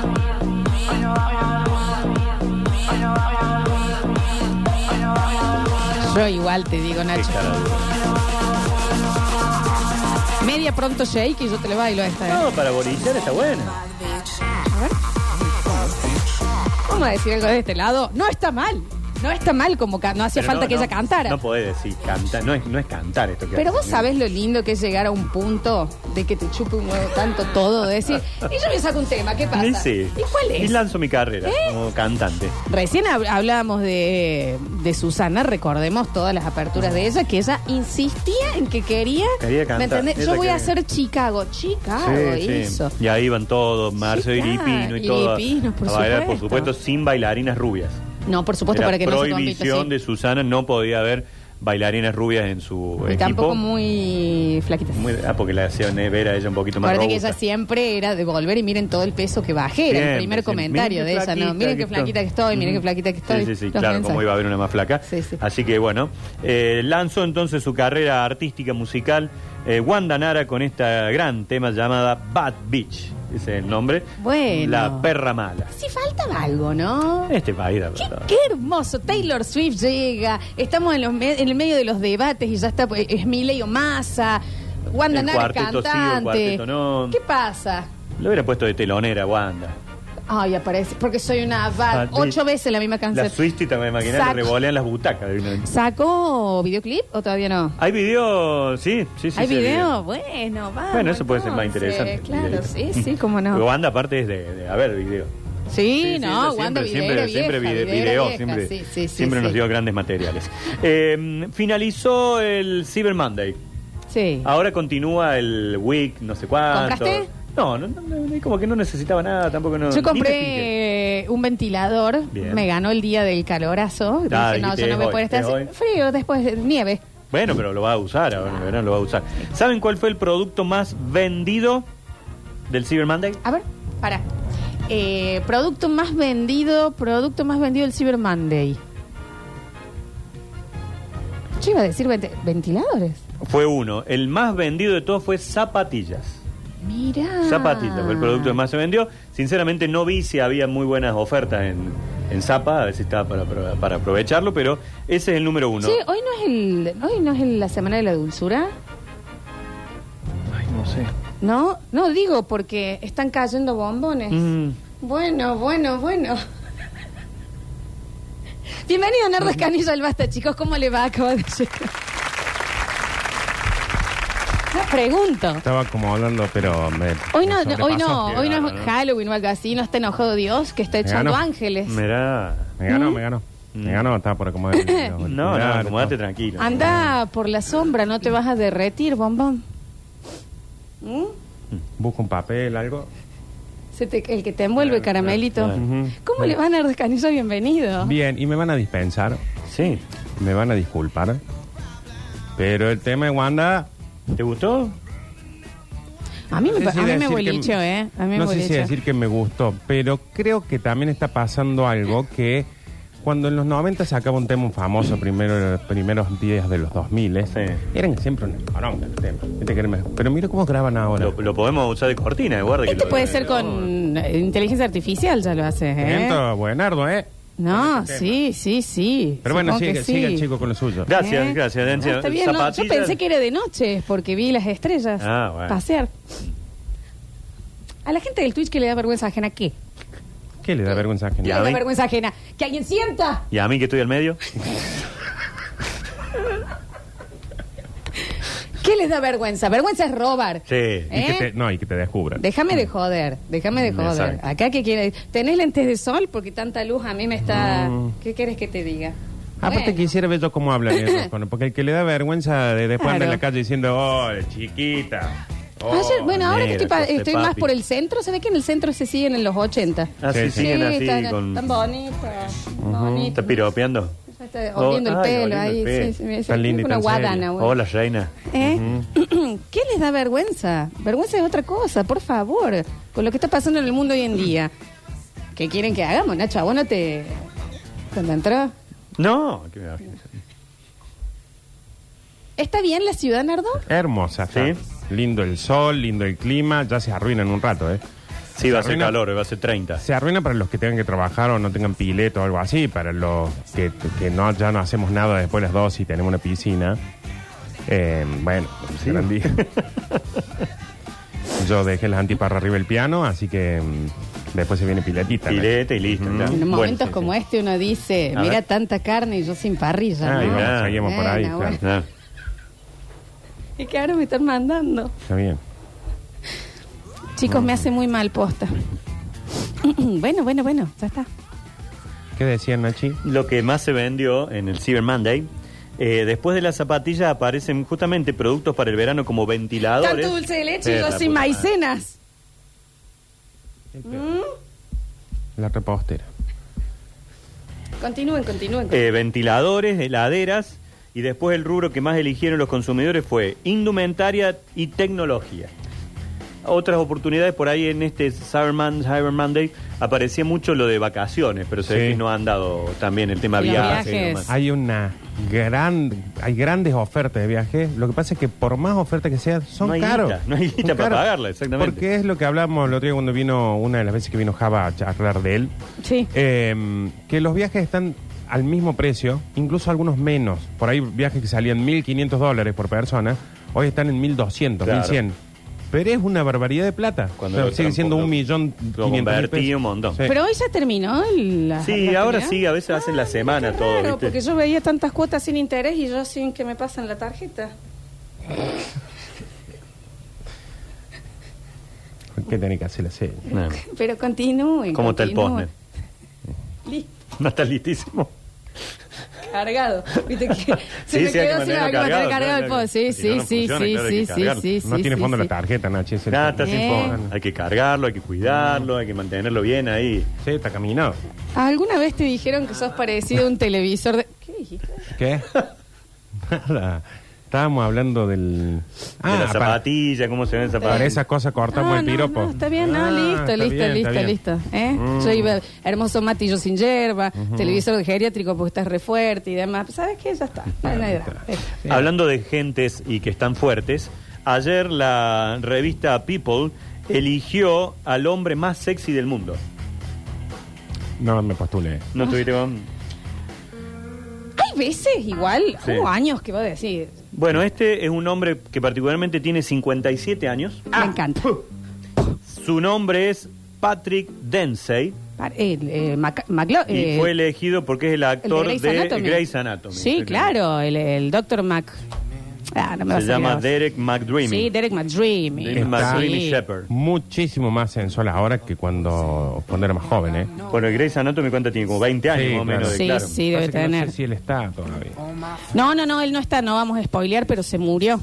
Speaker 3: dormir. Hoy no vamos a dormir. Hoy no vamos a dormir. Hoy no vamos a dormir.
Speaker 1: Yo igual te digo,
Speaker 2: Qué
Speaker 1: Nacho.
Speaker 2: carajo.
Speaker 1: Media pronto shake y yo te le bailo a esta. ¿eh?
Speaker 2: No, para bolichar está buena.
Speaker 3: Bad bitch.
Speaker 1: Vamos a decir algo de este lado. No está mal. No está mal como ca- no hacía
Speaker 2: Pero
Speaker 1: falta
Speaker 2: no,
Speaker 1: que
Speaker 2: no,
Speaker 1: ella cantara.
Speaker 2: No podés decir cantar. No es, no es cantar esto que ¿eh?
Speaker 1: pero
Speaker 2: hace,
Speaker 1: vos
Speaker 2: ¿no?
Speaker 1: sabés lo lindo que es llegar a un punto de que te chupe un huevo tanto todo, de decir, y yo me saco un tema, ¿qué pasa?
Speaker 2: Y sí.
Speaker 1: ¿Y cuál
Speaker 2: Y
Speaker 1: es? ¿Eh?
Speaker 2: lanzo mi carrera como cantante.
Speaker 1: Recién hab- hablábamos de, de Susana, recordemos todas las aperturas de ella, que ella insistía en que quería,
Speaker 2: Quería cantar.
Speaker 1: ¿me entendés?
Speaker 2: Ella
Speaker 1: Yo voy a
Speaker 2: quería.
Speaker 1: hacer Chicago, Chicago
Speaker 2: Sí, sí.
Speaker 1: Ah, hizo.
Speaker 2: Y ahí van todos, Marcio
Speaker 1: Sí,
Speaker 2: y
Speaker 1: claro.
Speaker 2: Lipino y todo. a-
Speaker 1: Lipino, por
Speaker 2: a bailar, por
Speaker 1: supuesto.
Speaker 2: supuesto, sin bailarinas rubias.
Speaker 1: No, por supuesto,
Speaker 2: Era
Speaker 1: para que no se compita.
Speaker 2: prohibición
Speaker 1: sí.
Speaker 2: de Susana no podía haber bailarinas rubias en su
Speaker 1: Y
Speaker 2: equipo.
Speaker 1: tampoco muy flaquita.
Speaker 2: Muy- ah, porque la hacían eh, ver a ella un poquito más
Speaker 1: Acuérdate que
Speaker 2: robusta.
Speaker 1: ella siempre era de volver y miren todo el peso que bajé. Era el
Speaker 2: Siempre,
Speaker 1: primer
Speaker 2: siempre.
Speaker 1: comentario de
Speaker 2: Miren qué
Speaker 1: ella, ¿no?
Speaker 2: flaquita
Speaker 1: Miren qué
Speaker 2: que
Speaker 1: flaquita que estoy, miren qué
Speaker 2: Ujú.
Speaker 1: flaquita que estoy.
Speaker 2: Sí, sí, sí,
Speaker 1: Los
Speaker 2: claro,
Speaker 1: mensajes.
Speaker 2: cómo iba a haber una más flaca.
Speaker 1: Sí, sí.
Speaker 2: Así que bueno, eh, lanzó entonces su carrera artística musical eh, Wanda Nara con esta gran tema llamada Bad Beach, ese es el nombre.
Speaker 1: Bueno.
Speaker 2: La perra mala.
Speaker 1: Sí, faltaba algo, ¿no?
Speaker 2: Este país, la
Speaker 1: Qué,
Speaker 2: verdad.
Speaker 1: qué hermoso, Taylor Swift llega, estamos en, los me- en el medio de los debates y ya está, pues, es Miley o Massa, Wanda
Speaker 2: El
Speaker 1: Nara
Speaker 2: cuarteto sí, el
Speaker 1: cantante.
Speaker 2: cuarteto no.
Speaker 1: ¿Qué pasa?
Speaker 2: Lo hubiera puesto de telonera, Wanda.
Speaker 1: Ay, aparece, porque soy una bad,
Speaker 2: Bad bitch.
Speaker 1: Ah, ocho veces la misma canción.
Speaker 2: Ah, La suistita, me imaginé,
Speaker 1: Sac-
Speaker 2: le revolean las butacas.
Speaker 1: ¿Sacó videoclip o todavía no?
Speaker 2: Hay video, sí, sí, sí.
Speaker 1: ¿Hay
Speaker 2: sí, hay
Speaker 1: video? Bueno, vamos.
Speaker 2: Bueno, eso puede ser más
Speaker 1: entonces.
Speaker 2: interesante.
Speaker 1: Claro, sí,
Speaker 2: Videíto.
Speaker 1: sí, cómo
Speaker 2: Pero
Speaker 1: no.
Speaker 2: Wanda aparte es de, de haber video.
Speaker 1: Sí,
Speaker 2: Sí, sí,
Speaker 1: no,
Speaker 2: ella
Speaker 1: Wanda
Speaker 2: siempre,
Speaker 1: Videira
Speaker 2: siempre
Speaker 1: vieja,
Speaker 2: vide-
Speaker 1: Videira
Speaker 2: videó,
Speaker 1: vieja,
Speaker 2: siempre,
Speaker 1: sí, sí, sí,
Speaker 2: siempre
Speaker 1: sí.
Speaker 2: nos dio grandes materiales. Eh, finalizó el Cyber Monday.
Speaker 1: Sí.
Speaker 2: Ahora continúa el Week, no sé cuánto.
Speaker 1: ¿Compraste?
Speaker 2: No, no, no, no, como que no necesitaba nada, tampoco no.
Speaker 1: Yo
Speaker 2: ni me fijé.
Speaker 1: compré eh, un ventilador,
Speaker 2: Bien.
Speaker 1: me ganó el día del calorazo.
Speaker 2: Ah,
Speaker 1: Dije, no,
Speaker 2: dijiste,
Speaker 1: yo no
Speaker 2: es
Speaker 1: voy a
Speaker 2: hoy,
Speaker 1: poder estar
Speaker 2: es
Speaker 1: así.
Speaker 2: hoy.
Speaker 1: frío después de nieve.
Speaker 2: Bueno, pero lo va a usar ahora, en el verano lo va a usar. ¿Saben cuál fue el producto más vendido del Cyber Monday?
Speaker 1: A ver, para. Eh, producto más vendido, producto más vendido del Cyber Monday. Yo iba a decir vente- ventiladores.
Speaker 2: Fue uno. El más vendido de todos fue zapatillas.
Speaker 1: Mira.
Speaker 2: Zapatita fue el producto que más se vendió. Sinceramente no vi si había muy buenas ofertas en, en Zapa, a ver si estaba para, para- para aprovecharlo, pero ese es el número uno.
Speaker 1: Che, hoy no es el, hoy no es el- la semana de la dulzura.
Speaker 2: Ay, no sé.
Speaker 1: No, no digo porque están cayendo bombones.
Speaker 2: Mm.
Speaker 1: Bueno, bueno, bueno. Bienvenido Nardo Escanillo al Basta, chicos. ¿Cómo le va? Acabo de llegar. No pregunto.
Speaker 4: Estaba como hablando, pero me.
Speaker 1: Hoy no,
Speaker 4: me
Speaker 1: hoy no,
Speaker 4: sobrepasó.
Speaker 1: hoy no es Halloween o algo así, no está enojado Dios que está echando
Speaker 4: ganó.
Speaker 1: ángeles.
Speaker 2: Mirá.
Speaker 4: Me ganó, me ganó. Me ganó, estaba por acomodar. el- los
Speaker 2: Mm. No, no,
Speaker 4: auriculares,
Speaker 2: acomodate
Speaker 4: todo.
Speaker 2: tranquilo.
Speaker 1: Anda por la sombra, no te vas a derretir, bombón. ¿Mm?
Speaker 4: Busco un papel, algo.
Speaker 1: Se te- el que te envuelve,
Speaker 2: Claro,
Speaker 1: caramelito.
Speaker 2: claro,
Speaker 4: claro.
Speaker 1: ¿Cómo le van a dar descanso? Bienvenido.
Speaker 4: Bien, y me van a dispensar,
Speaker 2: Sí.
Speaker 4: me van a disculpar. Pero el tema de Wanda.
Speaker 2: ¿Te gustó?
Speaker 1: A mí me,
Speaker 4: no sé si
Speaker 1: a mí me
Speaker 4: decir que-
Speaker 1: bolicho, ¿eh? A mí me
Speaker 4: no sé si
Speaker 1: bolicho.
Speaker 4: decir que me gustó, pero creo que también está pasando algo que cuando en los 90 sacaba un tema famoso primero en los primeros días de los 2000,
Speaker 2: Sí.
Speaker 4: eran siempre una poronga los temas. Viste que era- Pero mira cómo graban ahora.
Speaker 2: Lo, lo podemos usar de cortina, guarda. que
Speaker 1: Esto
Speaker 2: lo-
Speaker 1: Este puede ser con eh, inteligencia artificial, ya lo haces, ¿eh?
Speaker 4: Lento, buenardo, ¿eh?
Speaker 1: No,
Speaker 4: Con este
Speaker 1: sí, sí, sí.
Speaker 4: Pero bueno,
Speaker 1: Supongo que
Speaker 4: sigue,
Speaker 1: sí.
Speaker 4: sigue el chico con lo suyo.
Speaker 2: Gracias,
Speaker 1: ¿Eh?
Speaker 2: gracias, Nancy.
Speaker 1: Ah, está bien, no, yo
Speaker 2: Zapatillas.
Speaker 1: pensé que era de noche, porque vi las estrellas
Speaker 2: Ah, bueno.
Speaker 1: pasear. A la gente del Twitch que le da vergüenza ajena, ¿qué?
Speaker 4: ¿Qué le da vergüenza
Speaker 1: ¿Qué
Speaker 4: ajena?
Speaker 1: le
Speaker 2: a
Speaker 1: da
Speaker 2: mí?
Speaker 1: vergüenza ajena? ¡Que alguien sienta!
Speaker 2: ¿Y a mí que estoy al medio?
Speaker 1: ¿Qué les da vergüenza? Vergüenza es robar.
Speaker 2: Sí.
Speaker 4: Y que
Speaker 1: ¿Eh?
Speaker 4: te- no, y que te descubran.
Speaker 1: Déjame de joder, déjame de joder.
Speaker 2: Exacto.
Speaker 1: Acá que quieres. ¿Tenés lentes de sol? Porque tanta luz a mí me está. ¿Qué quieres que te diga?
Speaker 2: Ah, pues
Speaker 4: Aparte
Speaker 1: Bueno.
Speaker 4: Ah, pues quisiera ver yo cómo hablan ellos, con- porque el que le da vergüenza de después andar en la
Speaker 1: Claro.
Speaker 4: calle diciendo, oh, chiquita. oh,
Speaker 1: Ayer- Ah, bueno, ahora que
Speaker 2: negra,
Speaker 1: estoy, pa-
Speaker 2: cosa de
Speaker 1: estoy más
Speaker 2: papi.
Speaker 1: por el centro, se ve que en el centro se siguen en los 80.
Speaker 2: Así
Speaker 4: Sí, sí.
Speaker 2: siguen
Speaker 1: Sí,
Speaker 2: así
Speaker 1: está-
Speaker 2: con.
Speaker 1: tan
Speaker 2: ¿Está
Speaker 1: bonito, bonito.
Speaker 2: piropeando?
Speaker 1: Ya Está oliendo el
Speaker 2: Oh, ay,
Speaker 1: pelo
Speaker 2: oliendo el
Speaker 1: ahí.
Speaker 2: pelo.
Speaker 1: sí, sí, me dice,
Speaker 4: Tan lindo y
Speaker 1: una
Speaker 4: tan
Speaker 1: guadana,
Speaker 4: serio.
Speaker 1: güey.
Speaker 2: Hola, reina.
Speaker 1: ¿Eh? ¿Qué les da vergüenza? Vergüenza es otra cosa, por favor. Con lo que está pasando en el mundo hoy en día. ¿Qué quieren que hagamos, Nacho? ¿A vos no te... Cuando entró?
Speaker 2: No, que me bajen.
Speaker 1: ¿Está bien la ciudad, Nardo?
Speaker 4: Hermosa, está.
Speaker 2: Sí.
Speaker 4: Lindo el sol, lindo el clima, ya se arruina en un rato, ¿eh?
Speaker 2: Sí, va a ser
Speaker 4: Reina-
Speaker 2: calor, va a ser 30.
Speaker 4: Se arruina para los que tengan que trabajar o no tengan pileto o algo así, para los que, que no, ya no hacemos nada después de las dos y tenemos una piscina. Eh, bueno, gran día. Yo dejé las antiparras arriba del piano, así que mm, después se viene piletita. ¿no?
Speaker 2: Pilete y listo. claro.
Speaker 1: En
Speaker 2: Bueno,
Speaker 1: momentos
Speaker 2: sí,
Speaker 1: como
Speaker 2: sí.
Speaker 1: este uno dice,
Speaker 2: A
Speaker 1: mira
Speaker 2: ver.
Speaker 1: tanta carne y yo sin parrilla.
Speaker 4: Ah, y
Speaker 1: ¿no?
Speaker 4: vamos,
Speaker 2: Claro.
Speaker 4: seguimos por ahí.
Speaker 1: Bueno,
Speaker 4: claro.
Speaker 1: bueno.
Speaker 2: Ah,
Speaker 1: Y que ahora me están mandando.
Speaker 4: Está bien.
Speaker 1: Chicos, me hace muy mal posta. bueno, bueno, bueno, ya está.
Speaker 4: ¿Qué decían, Nachi?
Speaker 2: Lo que más se vendió en el Cyber Monday. eh, después de las zapatillas aparecen justamente productos para el verano como ventiladores.
Speaker 1: Tanto dulce de leche
Speaker 2: Sí,
Speaker 1: y yo
Speaker 2: la
Speaker 1: sin
Speaker 2: puta madre.
Speaker 1: maicenas.
Speaker 4: La repostera.
Speaker 1: Continúen, continúen.
Speaker 2: Eh, ventiladores, heladeras y después el rubro que más eligieron los consumidores fue indumentaria y tecnología. Otras oportunidades por ahí en este Cyber, Mon- Cyber Monday aparecía mucho lo de vacaciones, pero se ve
Speaker 4: Sí.
Speaker 2: que no han dado también el tema
Speaker 1: Y los
Speaker 2: viajes.
Speaker 1: viajes.
Speaker 2: y demás.
Speaker 4: Hay una gran, hay grandes ofertas de viaje. Lo que pasa es que por más ofertas que sean, son
Speaker 2: No hay
Speaker 4: caros.
Speaker 2: guita, no hay
Speaker 4: Son
Speaker 2: guita para
Speaker 4: caros.
Speaker 2: pagarla, exactamente.
Speaker 4: Porque es lo que hablamos el otro día cuando vino, una de las veces que vino Java a charlar de él,
Speaker 1: Sí.
Speaker 4: eh, que los viajes están al mismo precio, incluso algunos menos. Por ahí viajes que salían 1.500 dólares por persona, hoy están en 1.200,
Speaker 2: Claro.
Speaker 4: 1.100. Pero es una barbaridad de plata.
Speaker 2: Cuando
Speaker 4: O sea,
Speaker 2: lo
Speaker 4: sigue
Speaker 2: tran-
Speaker 4: siendo
Speaker 2: lo-
Speaker 4: un millón
Speaker 2: lo
Speaker 4: quinientos mil
Speaker 2: convertí
Speaker 4: pesos.
Speaker 2: un montón.
Speaker 4: Sí.
Speaker 1: Pero hoy ya terminó la.
Speaker 2: Sí,
Speaker 1: la
Speaker 2: ahora
Speaker 1: actividad.
Speaker 2: sí, a veces hacen la
Speaker 1: mira,
Speaker 2: semana
Speaker 1: qué
Speaker 2: todo,
Speaker 1: raro,
Speaker 2: ¿viste?
Speaker 1: Ah, Porque yo veía tantas cuotas sin interés y yo sin que me pasen la tarjeta.
Speaker 4: ¿Qué tenés que hacer la serie?
Speaker 2: No.
Speaker 1: Pero continúen.
Speaker 2: ¿Cómo está el
Speaker 1: continúen.
Speaker 2: postnet?
Speaker 1: Listo,
Speaker 2: No está listísimo.
Speaker 1: cargado. Viste que se me
Speaker 2: Sí, sí, hay
Speaker 1: quedó sin
Speaker 2: que mantenerlo
Speaker 1: algo cargado,
Speaker 2: cargado,
Speaker 1: cargado el
Speaker 2: claro,
Speaker 1: post. Sí,
Speaker 2: claro. Si
Speaker 1: sí,
Speaker 2: no, no
Speaker 1: sí,
Speaker 2: funciona,
Speaker 1: sí,
Speaker 2: claro, hay
Speaker 1: sí,
Speaker 2: que cargarlo.
Speaker 1: sí, sí.
Speaker 4: No tiene
Speaker 1: sí,
Speaker 4: fondo
Speaker 1: sí.
Speaker 4: la tarjeta, Nachi. es el-
Speaker 2: Nada, está sin
Speaker 1: Eh.
Speaker 2: fondo. Hay que cargarlo, hay que cuidarlo, hay que mantenerlo bien ahí.
Speaker 4: Sí, está caminado.
Speaker 1: ¿Alguna vez te dijeron que sos parecido a un televisor de. ¿Qué dijiste?
Speaker 4: ¿Qué? Nada. Estábamos hablando del. ah,
Speaker 2: de la
Speaker 4: pa-
Speaker 2: zapatilla, cómo se ven
Speaker 4: para,
Speaker 2: zapatillas.
Speaker 4: esa cosa cortamos
Speaker 1: Ah,
Speaker 4: el
Speaker 1: no,
Speaker 4: piropo.
Speaker 1: no, está bien, no,
Speaker 4: Ah,
Speaker 1: listo,
Speaker 4: está
Speaker 1: listo,
Speaker 4: bien,
Speaker 1: listo,
Speaker 4: está bien. Mm.
Speaker 1: listo. ¿eh?
Speaker 2: Mm.
Speaker 1: Yo iba, hermoso matillo sin hierba, televisor de geriátrico porque estás re fuerte y demás. ¿Sabes qué? Ya está. No hay nada.
Speaker 2: Hablando de gentes y que están fuertes, Ayer la revista People eligió al hombre más sexy del mundo.
Speaker 4: No me postulé.
Speaker 2: ¿No tuviste con-
Speaker 1: Hay veces igual,
Speaker 2: Sí.
Speaker 1: hubo años que voy a decir.
Speaker 2: Bueno, este es un hombre que particularmente tiene 57 años.
Speaker 1: Me encanta.
Speaker 2: Uh. Su nombre es Patrick Densey
Speaker 1: Par- eh, eh, Mac- Maclo-
Speaker 2: y
Speaker 1: eh,
Speaker 2: fue elegido porque es el
Speaker 1: el
Speaker 2: actor
Speaker 1: Grey's
Speaker 2: de
Speaker 1: Anatomy.
Speaker 2: Grey's Anatomy.
Speaker 1: Sí, claro, el, el Dr. Mac. Ah, no me va a
Speaker 2: Se
Speaker 1: salir
Speaker 2: llama
Speaker 1: ahora.
Speaker 2: Derek McDreamy.
Speaker 1: Sí, Derek McDreamy.
Speaker 2: Derek
Speaker 4: Está-
Speaker 2: McDreamy Shepard.
Speaker 4: Muchísimo más sensual ahora que cuando, cuando era más joven, ¿eh?
Speaker 2: Bueno, el Grey's Anatomy, ¿cuánto tiene? Como 20 años
Speaker 4: Sí,
Speaker 2: más o menos.
Speaker 4: claro.
Speaker 2: de
Speaker 1: Sí,
Speaker 2: claro.
Speaker 1: sí, debe
Speaker 4: Pasa que
Speaker 1: tener.
Speaker 4: No sé si él está todavía.
Speaker 1: No, no, no, él no está, no vamos a spoilear, pero se murió.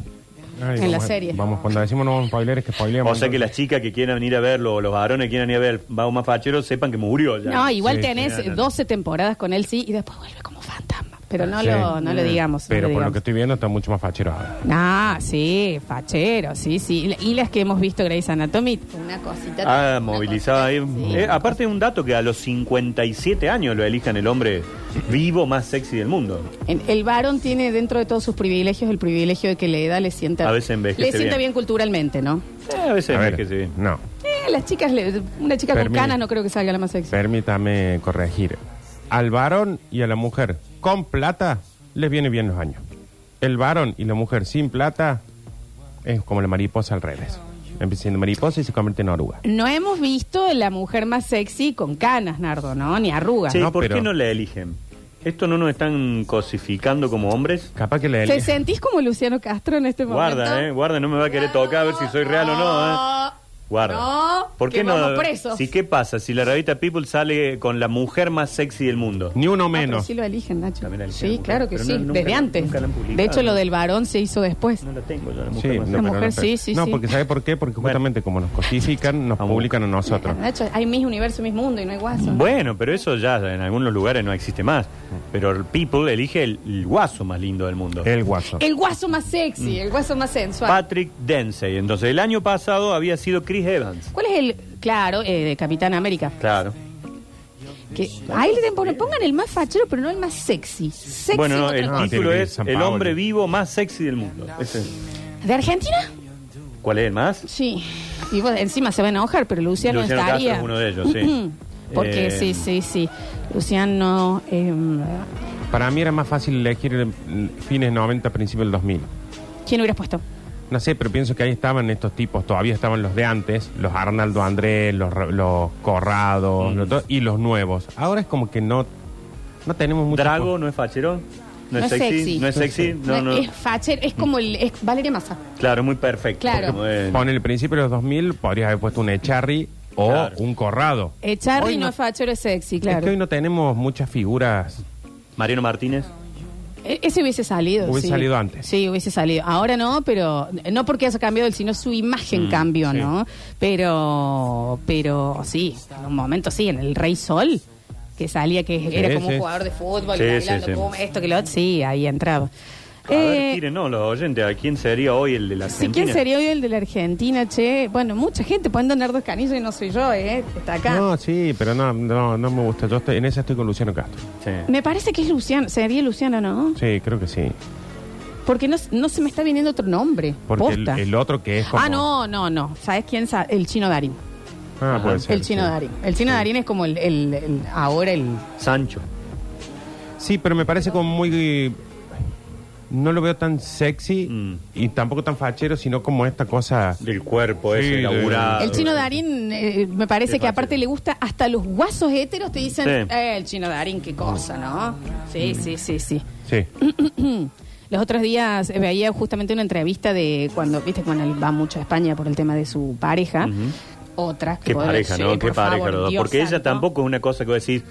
Speaker 4: Ay,
Speaker 1: En
Speaker 4: vamos
Speaker 1: la
Speaker 4: a-
Speaker 1: serie.
Speaker 4: Vamos, cuando decimos no vamos a spoiler, es que spoileamos.
Speaker 2: O sea que las chicas que quieran venir a verlo, o los varones que quieran ir a ver el Vago más fachero, sepan que murió ya.
Speaker 1: No, igual
Speaker 4: sí,
Speaker 1: tenés
Speaker 2: sí, no, no.
Speaker 1: 12 temporadas con él, sí, y después vuelve como fantasma. Pero no,
Speaker 4: Sí.
Speaker 1: lo, no lo digamos. no
Speaker 4: Pero
Speaker 1: lo
Speaker 4: por lo
Speaker 1: digamos.
Speaker 4: que estoy viendo está mucho más fachero ahora.
Speaker 1: Ah, sí, fachero, sí, sí. Y las que hemos visto Grey's Anatomy, una cosita.
Speaker 2: Ah,
Speaker 1: una
Speaker 2: movilizado ahí.
Speaker 1: cosita,
Speaker 2: Eh, aparte, un dato que a los 57 años lo elijan el hombre vivo más sexy del mundo.
Speaker 1: sí. El, el varón tiene dentro de todos sus privilegios el privilegio de que la edad le sienta.
Speaker 2: A veces envejece
Speaker 1: Le sienta
Speaker 2: bien.
Speaker 1: bien culturalmente, ¿no?
Speaker 2: Eh, a veces
Speaker 4: A ver,
Speaker 2: es que sí.
Speaker 4: No,
Speaker 1: Eh, las chicas, le- una chica con
Speaker 4: Permite.
Speaker 1: canas no creo que salga la más sexy.
Speaker 4: permítame corregir. Al varón y a la mujer con plata les viene bien los años. El varón y la mujer sin plata es como la mariposa al revés. Empieza siendo mariposa y se convierte en oruga.
Speaker 1: No hemos visto la mujer más sexy con canas, Nardo, ¿no? Ni arrugas.
Speaker 2: Che,
Speaker 4: no,
Speaker 2: ¿por
Speaker 4: pero-
Speaker 2: qué no la eligen? ¿Esto no nos están cosificando como hombres?
Speaker 4: Capaz que le
Speaker 1: ¿Te sentís como Luciano Castro en este momento? Ah,
Speaker 2: Guarda, eh, guarda, no me va a querer tocar a ver si soy real o no, eh. Guarda.
Speaker 1: No,
Speaker 2: ¿Por qué
Speaker 1: que
Speaker 2: no?
Speaker 1: vamos presos.
Speaker 2: Si, ¿Qué pasa si la revista People sale con la mujer más sexy del mundo?
Speaker 4: ni uno
Speaker 1: Ah, pero
Speaker 4: menos.
Speaker 1: sí lo eligen, Nacho.
Speaker 2: También la eligen,
Speaker 1: Sí,
Speaker 2: mujer.
Speaker 1: claro que
Speaker 2: Pero
Speaker 1: sí,
Speaker 2: no, nunca
Speaker 1: desde
Speaker 2: la-
Speaker 1: antes.
Speaker 2: nunca la han publicado,
Speaker 1: de hecho, lo
Speaker 2: ¿no?
Speaker 1: del varón se hizo después.
Speaker 2: No la tengo yo, la
Speaker 4: Sí,
Speaker 2: mujer más
Speaker 4: no,
Speaker 2: sexy.
Speaker 4: pero
Speaker 1: mujer,
Speaker 4: sé.
Speaker 1: sí, sí,
Speaker 4: No,
Speaker 1: sí.
Speaker 4: porque ¿sabe por qué? Porque
Speaker 2: Bueno.
Speaker 4: justamente como nos cosifican, nos
Speaker 2: Vamos.
Speaker 4: publican a nosotros.
Speaker 1: Nacho, hay mis universo, mis mundo y no hay guaso.
Speaker 2: Bueno, pero eso ya en algunos lugares no existe más. Pero el People elige el, el guaso más lindo del mundo.
Speaker 4: El guaso.
Speaker 1: El guaso más sexy,
Speaker 2: Mm.
Speaker 1: el guaso más sensual.
Speaker 2: Patrick Densey. Entonces, el año pasado había sido Chris Evans.
Speaker 1: ¿Cuál es el, claro, eh, de Capitán América?
Speaker 2: Claro.
Speaker 1: Que, ahí le den- pon- pongan el más fachero, pero no el más sexy. Sexy
Speaker 2: bueno, no,
Speaker 1: otra
Speaker 2: el
Speaker 1: cosa.
Speaker 4: no, tiene
Speaker 2: título
Speaker 4: que ir
Speaker 2: es
Speaker 4: San
Speaker 2: El
Speaker 4: Paolo.
Speaker 2: hombre vivo más sexy del mundo. Ese.
Speaker 1: ¿De Argentina?
Speaker 2: ¿Cuál es el más?
Speaker 1: Sí. Y vos, encima se va a enojar, pero Luciano,
Speaker 2: Luciano Castro
Speaker 1: estaría.
Speaker 2: es uno de ellos, sí.
Speaker 1: Porque
Speaker 2: Eh,
Speaker 1: sí, sí, sí. Luciano. em,
Speaker 4: Para mí era más fácil elegir el- fines 90, principios del 2000.
Speaker 1: ¿Quién hubieras puesto?
Speaker 4: No sé, pero pienso que ahí estaban estos tipos, todavía estaban los de antes, los Arnaldo Andrés, los, Ra- los Corrados
Speaker 2: Mm.
Speaker 4: los to- y los nuevos. Ahora es como que no, no tenemos mucho...
Speaker 2: Drago no es fachero. No, es sexy, No es sexy. No, no.
Speaker 1: Es fachero, es como el. Es Valeria Massa.
Speaker 2: Claro, muy perfecto.
Speaker 1: Claro.
Speaker 2: Como eh, es-
Speaker 4: Pon el principio de los 2000, podrías haber puesto un Echarri o
Speaker 2: Claro.
Speaker 4: un Corrado.
Speaker 1: Eh, Charlie
Speaker 4: Hoy
Speaker 1: no,
Speaker 4: no-
Speaker 1: es fachero, es sexy,
Speaker 4: Es
Speaker 1: claro.
Speaker 4: que hoy no tenemos muchas figuras.
Speaker 2: Mariano Martínez.
Speaker 1: E- Ese hubiese salido.
Speaker 4: Hubiese
Speaker 1: sí.
Speaker 4: salido antes.
Speaker 1: Sí, hubiese salido. Ahora no, pero no porque haya cambiado él, sino su imagen cambió,
Speaker 4: Mm, sí.
Speaker 1: ¿no? Pero, pero sí, en un momento sí, en el Rey Sol, que salía que era como
Speaker 4: sí.
Speaker 1: un jugador de fútbol,
Speaker 2: Sí,
Speaker 1: bailando,
Speaker 2: sí, sí.
Speaker 1: pum, esto que lo otro. Sí, ahí entraba.
Speaker 2: A ver,
Speaker 1: Eh,
Speaker 2: tiren, no, los oyentes. ¿A quién sería hoy el de la
Speaker 1: Sí,
Speaker 2: Argentina?
Speaker 1: ¿quién sería hoy el de la Argentina, che? Bueno, mucha gente poniendo Nardo Escanilla y no soy yo, ¿eh? Está acá.
Speaker 4: No, sí, pero no, no, no me gusta. Yo estoy- en esa estoy con Luciano Castro.
Speaker 2: Sí.
Speaker 1: Me parece que es Luciano, sería Luciano, ¿no?
Speaker 4: Sí, creo que sí.
Speaker 1: Porque no, no se me está viniendo otro nombre.
Speaker 4: Porque el,
Speaker 1: posta.
Speaker 4: el otro que es como...
Speaker 1: Ah, no, no, no. ¿Sabes quién? sa- El chino Darín.
Speaker 4: Ah, puede ser,
Speaker 1: el chino
Speaker 4: sí.
Speaker 1: Darín. El chino Darín es como el, el- el- ahora el.
Speaker 2: Sancho.
Speaker 4: Sí, pero me parece como muy... No lo veo tan sexy
Speaker 2: Mm.
Speaker 4: y tampoco tan fachero, sino como esta cosa...
Speaker 2: Del cuerpo
Speaker 4: Sí,
Speaker 2: ese,
Speaker 4: de-
Speaker 2: laburado.
Speaker 1: El chino Darín, eh, me parece
Speaker 2: Es
Speaker 1: que aparte
Speaker 2: Ah, fácil.
Speaker 1: le gusta hasta los guasos heteros te dicen,
Speaker 2: Sí. Mm.
Speaker 1: eh, el chino Darín, qué cosa, ¿no? Sí, sí, sí, sí.
Speaker 4: Sí.
Speaker 1: Los otros días eh, veía justamente una entrevista de cuando, viste, cuando él va mucho a España por el tema de su pareja.
Speaker 2: Ujú.
Speaker 1: Otra. que
Speaker 2: Qué
Speaker 1: podría-
Speaker 2: pareja,
Speaker 1: sí,
Speaker 2: ¿no? Qué
Speaker 1: por
Speaker 2: pareja,
Speaker 1: favor,
Speaker 2: los dos.
Speaker 1: Dios
Speaker 2: Porque ella
Speaker 1: santo.
Speaker 2: tampoco es una cosa que vos decís,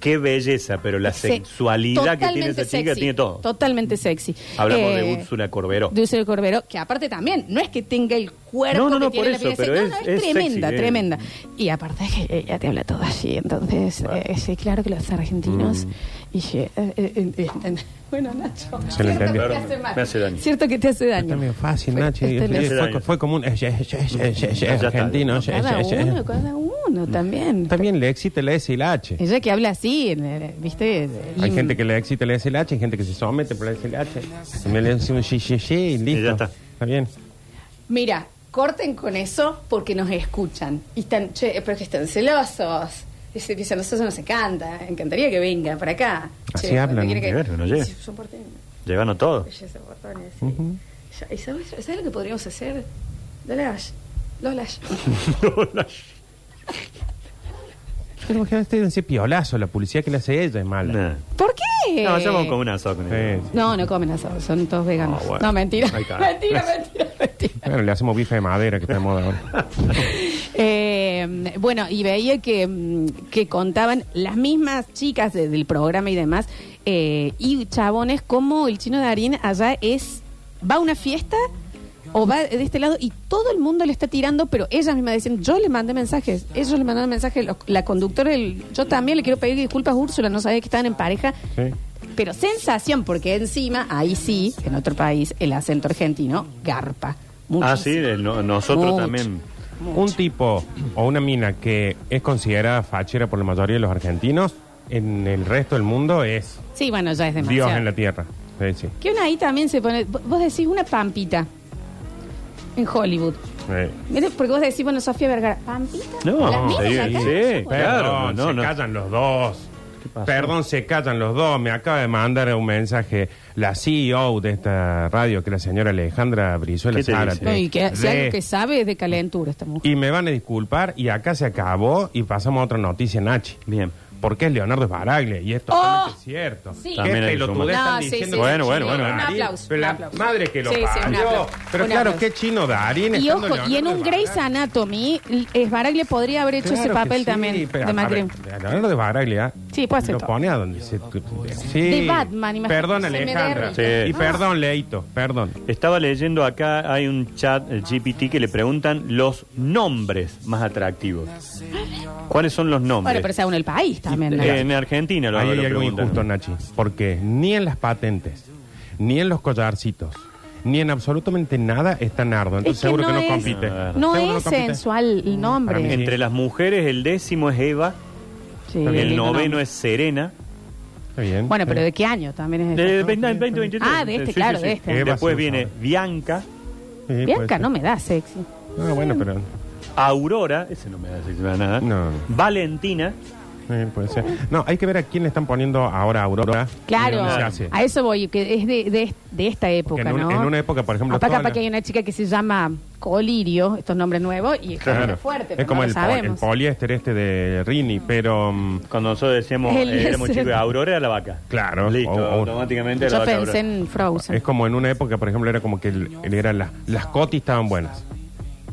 Speaker 2: qué belleza, pero la
Speaker 1: Se-
Speaker 2: sexualidad que tiene
Speaker 1: totalmente
Speaker 2: esa chica
Speaker 1: sexy,
Speaker 2: tiene todo.
Speaker 1: Totalmente sexy.
Speaker 2: Hablamos de
Speaker 1: Eh,
Speaker 2: Úrsula Corberó.
Speaker 1: De Úrsula Corberó, que aparte también, no es que tenga el cuerpo
Speaker 2: No, no,
Speaker 1: que
Speaker 2: no,
Speaker 1: tiene
Speaker 2: por
Speaker 1: la
Speaker 2: eso,
Speaker 1: piel
Speaker 2: pero
Speaker 1: sexy. No, no,
Speaker 2: es-
Speaker 1: es,
Speaker 2: es
Speaker 1: tremenda,
Speaker 2: sexy, eh.
Speaker 1: tremenda. Y aparte es que ella te habla todo así, entonces, eh, sí, claro que los argentinos...
Speaker 2: Mm.
Speaker 1: Y, eh, eh, eh, eh, eh, bueno, Nacho,
Speaker 4: Se
Speaker 1: cierto
Speaker 4: lo
Speaker 1: que
Speaker 4: entendió.
Speaker 1: te hace mal.
Speaker 2: Me hace daño.
Speaker 1: Cierto que te hace daño.
Speaker 4: Está medio fácil,
Speaker 1: Fue-
Speaker 4: Nachi.
Speaker 1: este
Speaker 4: Fue-
Speaker 1: le-
Speaker 2: hace
Speaker 4: Fue,
Speaker 2: daño.
Speaker 4: fue como un... eh, argentino. eh,
Speaker 1: Cada uno, cada uno también.
Speaker 4: También le excita el S y la H.
Speaker 1: Ella que habla así, en el- ¿viste?
Speaker 4: Hay
Speaker 1: Y-
Speaker 4: gente que le excita el S y la H, hay gente que se somete por el S y la H. Se me le hace un shi, shi, shi y listo.
Speaker 2: ya está.
Speaker 4: Está bien.
Speaker 1: Mira, corten con eso porque nos escuchan. Y están, che, pero que están celosos. Dice, dicen, nosotros no se canta. Encantaría que venga para acá.
Speaker 4: Así
Speaker 1: Che,
Speaker 4: hablan,
Speaker 1: ¿quiere
Speaker 2: qué verga, no llega.
Speaker 1: Sí, son porteños.
Speaker 2: Llevan todo.
Speaker 1: Ellos son porteños, sí. Ya, ¿Y sabes, sabes lo que podríamos hacer? Dolash. Dolash.
Speaker 4: Pero imagínate ese piolazo, la publicidad que le hace ella es mala.
Speaker 2: Nah.
Speaker 1: ¿Por qué?
Speaker 2: No, ya vamos con una soca.
Speaker 4: Sí, sí.
Speaker 1: No, no comen asado, son todos veganos.
Speaker 2: Ah, bueno.
Speaker 1: No, mentira.
Speaker 2: Ahí está.
Speaker 1: mentira, mentira, mentira.
Speaker 4: Bueno, le hacemos bife de madera que está de moda ahora.
Speaker 1: Eh, bueno, y veía que, mm, que contaban las mismas chicas de- del programa y demás, eh, y chabones como el chino Darín allá es, va a una fiesta o va de este lado y todo el mundo le está tirando, pero ellas mismas decían, yo le mandé mensajes, ellos le mandaron mensajes, los- la conductora, del- yo también le quiero pedir disculpas a Úrsula, no sabía que estaban en pareja.
Speaker 4: Sí.
Speaker 1: Pero sensación, porque encima, ahí sí, en otro país, el acento argentino garpa.
Speaker 2: Ah,
Speaker 1: Muchísimo.
Speaker 2: sí, el- no- nosotros
Speaker 1: Mucho.
Speaker 2: también.
Speaker 4: Un tipo o una mina que es considerada fachera por la mayoría de los argentinos, en el resto del mundo es
Speaker 1: Sí, bueno, ya es demasiado.
Speaker 4: Dios en la tierra. Sí, sí.
Speaker 1: Que una ahí también se pone. vo- Vos decís una pampita en Hollywood.
Speaker 4: Eh,
Speaker 1: Mire, porque vos decís, bueno, Sofía Vergara, ¿pampita?
Speaker 2: No,
Speaker 1: ¿Las miras
Speaker 2: sí,
Speaker 1: acá?
Speaker 2: sí. Claro,
Speaker 4: Perdón,
Speaker 2: no,
Speaker 4: se
Speaker 2: no.
Speaker 4: callan los dos.
Speaker 2: pasó?
Speaker 4: Perdón, se callan los dos. Me acaba de mandar un mensaje la CEO de esta radio, que es la señora Alejandra Brizuela
Speaker 2: ¿Qué te
Speaker 4: Zárate.
Speaker 2: dice?
Speaker 1: No, y que, si
Speaker 4: De-
Speaker 1: algo que sabe es de calentura esta mujer.
Speaker 4: Y me van a disculpar y acá se acabó y pasamos a otra noticia, Nachi.
Speaker 2: Bien.
Speaker 4: Porque es Leonardo Baraglia y esto
Speaker 1: Oh,
Speaker 4: es cierto.
Speaker 1: sí.
Speaker 4: ¿Qué
Speaker 2: También hay que
Speaker 4: pelotudez
Speaker 1: sumar.
Speaker 4: están
Speaker 1: No, sí,
Speaker 4: diciendo?
Speaker 1: sí,
Speaker 2: Bueno, sí, bueno, sí, bueno.
Speaker 1: un aplauso,
Speaker 4: Pero
Speaker 1: un
Speaker 4: la
Speaker 1: aplauso.
Speaker 4: madre que lo
Speaker 1: Sí, sí, un
Speaker 4: parió.
Speaker 1: aplauso,
Speaker 4: Pero
Speaker 1: un
Speaker 4: claro,
Speaker 1: aplauso.
Speaker 4: qué chino Darín.
Speaker 1: Y
Speaker 4: estando
Speaker 1: ojo, y en
Speaker 4: Leonardo
Speaker 1: un
Speaker 4: de
Speaker 1: Grey's
Speaker 4: Baraglia.
Speaker 1: Anatomy, l- es Baraglia podría haber hecho ese
Speaker 4: Claro que
Speaker 1: papel
Speaker 4: sí,
Speaker 1: también
Speaker 4: pero,
Speaker 1: de
Speaker 4: a
Speaker 1: Matrim.
Speaker 4: ver, Leonardo de Baraglia.
Speaker 1: Sí, puede hacer
Speaker 4: Lo
Speaker 1: todo.
Speaker 4: pone a donde se. Sí.
Speaker 1: De Batman, imagínate,
Speaker 4: Perdón,
Speaker 1: se me
Speaker 4: Alejandra.
Speaker 2: derrite. Sí.
Speaker 4: Y perdón, Leito. Perdón.
Speaker 2: Estaba leyendo acá, hay un chat eh, el GPT que le preguntan los nombres más atractivos. ¿Cuáles son los
Speaker 1: Bueno,
Speaker 2: nombres?
Speaker 1: pero según el país también. ¿no?
Speaker 2: Eh, en Argentina lo,
Speaker 4: Ahí
Speaker 2: lo
Speaker 4: hay algo
Speaker 2: preguntan.
Speaker 4: injusto, Nachi. Porque ni en las patentes, ni en los collarcitos, ni en absolutamente nada está Nardo. Entonces
Speaker 1: Es que
Speaker 4: seguro
Speaker 1: no
Speaker 4: que no
Speaker 1: es-
Speaker 4: compite.
Speaker 1: No
Speaker 4: Seguro
Speaker 1: es
Speaker 4: compite.
Speaker 1: sensual el nombre.
Speaker 4: Para mí
Speaker 2: Entre las mujeres el décimo es Eva,
Speaker 1: Sí,
Speaker 2: el
Speaker 1: lindo
Speaker 2: noveno
Speaker 1: nombre.
Speaker 2: es Serena. Eh,
Speaker 4: Está bien.
Speaker 1: Bueno, pero ¿de qué año también es
Speaker 2: De
Speaker 1: este?
Speaker 2: 20, 20, 23.
Speaker 1: Ah, de este, claro, de este.
Speaker 4: Eva
Speaker 2: Después
Speaker 4: se
Speaker 2: viene
Speaker 4: usaba.
Speaker 2: Bianca,
Speaker 4: Sí, puede
Speaker 1: Bianca
Speaker 4: ser.
Speaker 1: no me da sexy.
Speaker 4: Ah, bueno, pero.
Speaker 2: Aurora, ese no me da sexo para nada.
Speaker 4: No.
Speaker 2: Valentina,
Speaker 4: eh, puede ser. No, hay que ver a quién le están poniendo ahora a Aurora. y
Speaker 1: Claro,
Speaker 4: dónde se hace.
Speaker 1: a eso voy, que es de, de- de esta época,
Speaker 4: en un-
Speaker 1: ¿no?
Speaker 4: en una época, por ejemplo,
Speaker 1: Apá,
Speaker 4: toda
Speaker 1: capaz
Speaker 4: la-
Speaker 1: que hay una chica que se llama Colirio, estos nombres nuevos, y es
Speaker 4: Claro.
Speaker 1: como fuerte,
Speaker 4: es
Speaker 1: pero
Speaker 4: como
Speaker 1: no
Speaker 4: el,
Speaker 1: lo
Speaker 4: po-
Speaker 1: sabemos.
Speaker 4: el poliéster este de Rini, pero. mm,
Speaker 2: cuando nosotros decíamos,
Speaker 1: El
Speaker 2: eh, éramos
Speaker 1: ese.
Speaker 2: chicos, Aurora era la vaca.
Speaker 4: Claro.
Speaker 2: Listo,
Speaker 4: O- o-
Speaker 2: automáticamente era
Speaker 1: Yo
Speaker 2: la vaca.
Speaker 1: pensé
Speaker 2: Aurora.
Speaker 1: en Frozen.
Speaker 4: Es como en una época, por ejemplo, era como que el- el- eran las, las Coti estaban buenas.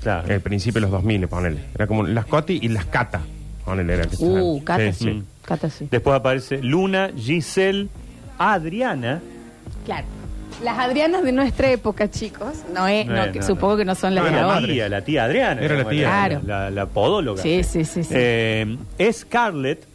Speaker 2: Claro.
Speaker 4: El principio de los 2000, ponele. Era como las Coti y las Cata. Ponele, era que se-
Speaker 1: Uh, Cata
Speaker 4: Sí,
Speaker 1: sí.
Speaker 4: sí.
Speaker 1: Cata sí.
Speaker 2: Después aparece Luna, Giselle, Adriana.
Speaker 1: Claro. Las Adrianas de nuestra época, chicos, no es,
Speaker 2: No
Speaker 1: no,
Speaker 2: es,
Speaker 1: que-
Speaker 2: no,
Speaker 1: supongo
Speaker 2: no.
Speaker 1: que no son las
Speaker 2: No,
Speaker 1: de
Speaker 2: era
Speaker 1: ahora.
Speaker 2: la tía, la tía Adriana.
Speaker 4: Era la
Speaker 2: digamos,
Speaker 4: tía.
Speaker 1: Claro.
Speaker 2: La, la podóloga.
Speaker 1: Sí, sí, sí, sí.
Speaker 2: Eh, Scarlett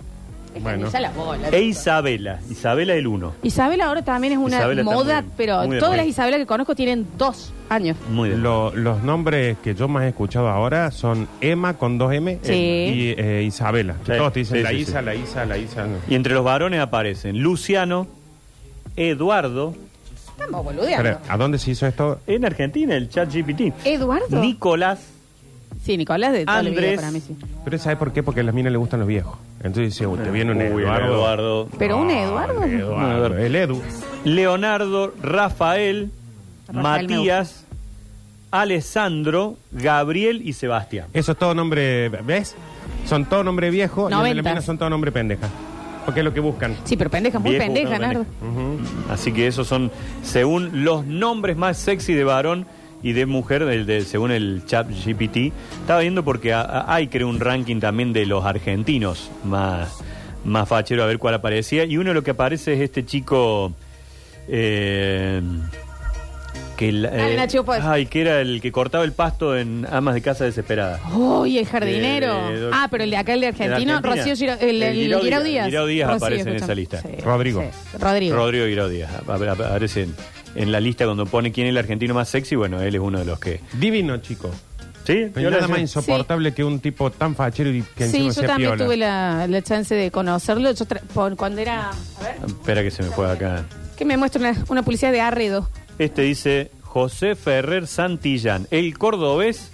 Speaker 4: Bueno.
Speaker 1: la bola.
Speaker 2: e Isabela. Isabela el uno.
Speaker 1: Isabel ahora también es una
Speaker 2: Isabela está
Speaker 1: moda,
Speaker 2: muy- muy
Speaker 1: pero
Speaker 2: de
Speaker 1: todas
Speaker 2: moda.
Speaker 1: las Isabelas que conozco tienen dos años.
Speaker 2: Muy bien.
Speaker 4: Lo- los nombres que yo más he escuchado ahora son Emma con dos M
Speaker 1: Sí.
Speaker 4: y eh, Isabela. Que
Speaker 2: Sí.
Speaker 4: Todos te dicen
Speaker 2: Sí,
Speaker 4: la,
Speaker 2: sí,
Speaker 4: Isa,
Speaker 2: sí.
Speaker 4: la Isa, la Isa,
Speaker 2: Y entre los varones aparecen Luciano, Eduardo.
Speaker 1: Estamos
Speaker 4: Pero,
Speaker 1: boludeando.
Speaker 4: ¿A dónde se hizo esto?
Speaker 2: En Argentina, el chat GPT.
Speaker 1: ¿Eduardo?
Speaker 2: Nicolás,
Speaker 1: Sí, Nicolás de toda la vida
Speaker 2: Andrés.
Speaker 1: para mí, sí.
Speaker 4: Pero ¿sabes por qué? Porque a las minas le gustan los viejos. Entonces dice, uy, te viene un
Speaker 2: Uy, el
Speaker 4: Eduardo.
Speaker 2: Eduardo.
Speaker 1: Pero un
Speaker 4: Ah,
Speaker 1: Eduardo.
Speaker 4: el Eduardo, El Edu.
Speaker 2: Leonardo, Rafael,
Speaker 1: Rafael me
Speaker 2: Matías, Alessandro, Gabriel y Sebastián.
Speaker 4: Eso es todo nombre, ¿ves? Son todo nombre viejo y el de
Speaker 1: Noventas.
Speaker 4: las minas son todo nombre pendeja. Porque es lo que buscan.
Speaker 1: Sí, pero pendeja, muy
Speaker 2: Viejo,
Speaker 1: pendeja,
Speaker 2: una
Speaker 1: Nardo.
Speaker 2: pendeja. Así que esos son, según los nombres más sexy de varón y de mujer, del- de- según el chat GPT. Estaba viendo porque a- a- hay, creo, un ranking también de los argentinos más, más fachero, a ver cuál aparecía. Y uno de los que aparece es este chico... eh, que la-
Speaker 1: Dale,
Speaker 2: eh,
Speaker 1: Nacho, pues.
Speaker 2: ay, que era el que cortaba el pasto en Amas de Casa Desesperada.
Speaker 1: Uy, el jardinero.
Speaker 2: De- de-
Speaker 1: ah, pero el de acá, el de argentino,
Speaker 2: Argentina.
Speaker 1: Rocío Giro, el, el,
Speaker 2: El Guirao
Speaker 1: Guirao
Speaker 2: Díaz.
Speaker 1: Díaz.
Speaker 2: Guirao Díaz
Speaker 1: Rocío,
Speaker 2: aparece en
Speaker 1: escuchame.
Speaker 2: esa lista.
Speaker 4: Rodrigo.
Speaker 1: Rodrigo.
Speaker 2: Rodrigo Guirao Díaz. A- a- Aparece en, en la lista cuando pone quién es el argentino más sexy. Bueno, él es uno de los que.
Speaker 4: Divino, chico.
Speaker 2: Sí,
Speaker 4: No hay nada más
Speaker 2: Sí.
Speaker 4: insoportable que un tipo tan fachero y que
Speaker 1: sí,
Speaker 4: encima
Speaker 1: yo
Speaker 4: sea
Speaker 1: también
Speaker 4: piola.
Speaker 1: tuve la, la chance de conocerlo. Yo tra- por- cuando era. A ver,
Speaker 2: Espera que se me fue acá.
Speaker 1: que me muestra una, una publicidad de Arredo.
Speaker 2: Este dice. "Jo- José Ferrer Santillán, el cordobés,